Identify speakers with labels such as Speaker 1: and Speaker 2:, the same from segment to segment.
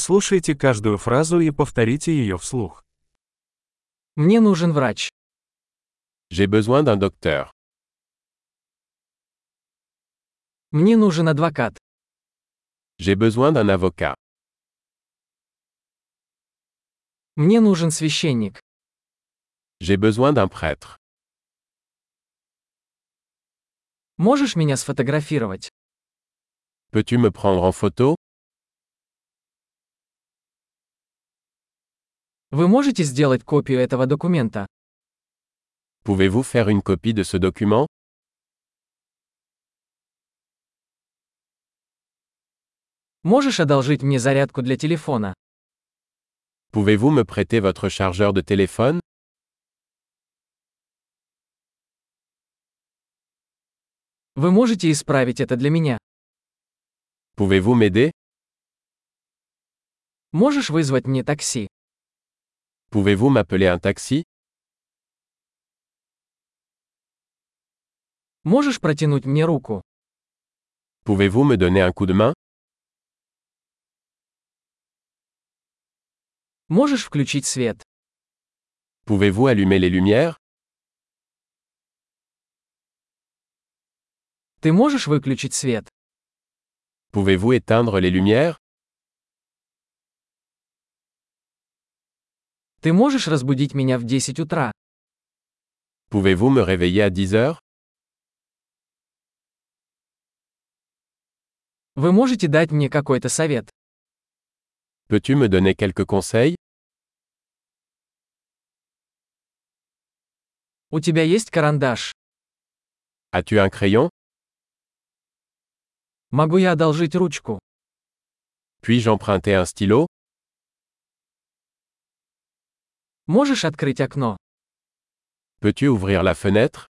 Speaker 1: Прослушайте каждую фразу и повторите ее вслух.
Speaker 2: Мне нужен врач.
Speaker 3: J'ai besoin d'un docteur.
Speaker 2: Мне нужен адвокат.
Speaker 3: J'ai besoin d'un avocat.
Speaker 2: Мне нужен священник.
Speaker 3: J'ai besoin d'un prêtre.
Speaker 2: Можешь меня сфотографировать?
Speaker 3: Peux-tu me prendre en photo
Speaker 2: Вы можете сделать копию этого документа?
Speaker 3: Pouvez-vous faire une copie de ce document
Speaker 2: Можешь одолжить мне зарядку для телефона?
Speaker 3: Pouvez-vous me prêter votre chargeur de téléphone
Speaker 2: Вы можете исправить это для меня?
Speaker 3: Pouvez-vous m'aider
Speaker 2: Можешь вызвать мне такси?
Speaker 3: Pouvez-vous m'appeler un taxi
Speaker 2: Можешь протянуть мне руку?
Speaker 3: Pouvez-vous me donner un coup de main
Speaker 2: Можешь включить свет?
Speaker 3: Pouvez-vous allumer les lumières
Speaker 2: Ты можешь выключить свет?
Speaker 3: Pouvez-vous éteindre les lumières
Speaker 2: Ты можешь разбудить меня в 10 утра?
Speaker 3: Pouvez-vous me réveiller à 10 heures
Speaker 2: Вы можете дать мне какой-то совет?
Speaker 3: Peux-tu me donner quelques conseils
Speaker 2: У тебя есть карандаш?
Speaker 3: As-tu un crayon
Speaker 2: Могу я одолжить ручку?
Speaker 3: Puis-je emprunter un stylo
Speaker 2: Можешь открыть окно?
Speaker 3: Peux-tu ouvrir la fenêtre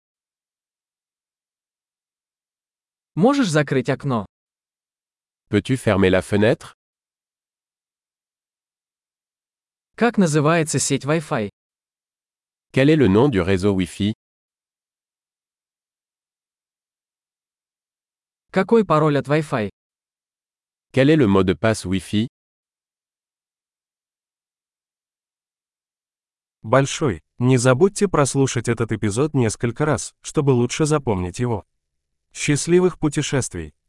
Speaker 2: Можешь закрыть окно?
Speaker 3: Peux-tu fermer la fenêtre
Speaker 2: Как называется сеть Wi-Fi?
Speaker 3: Quel est le nom du réseau Wi-Fi
Speaker 2: Какой пароль от Wi-Fi?
Speaker 3: Quel est le mot de passe Wi-Fi
Speaker 1: Большой. Не забудьте прослушать этот эпизод несколько раз, чтобы лучше запомнить его. Счастливых путешествий!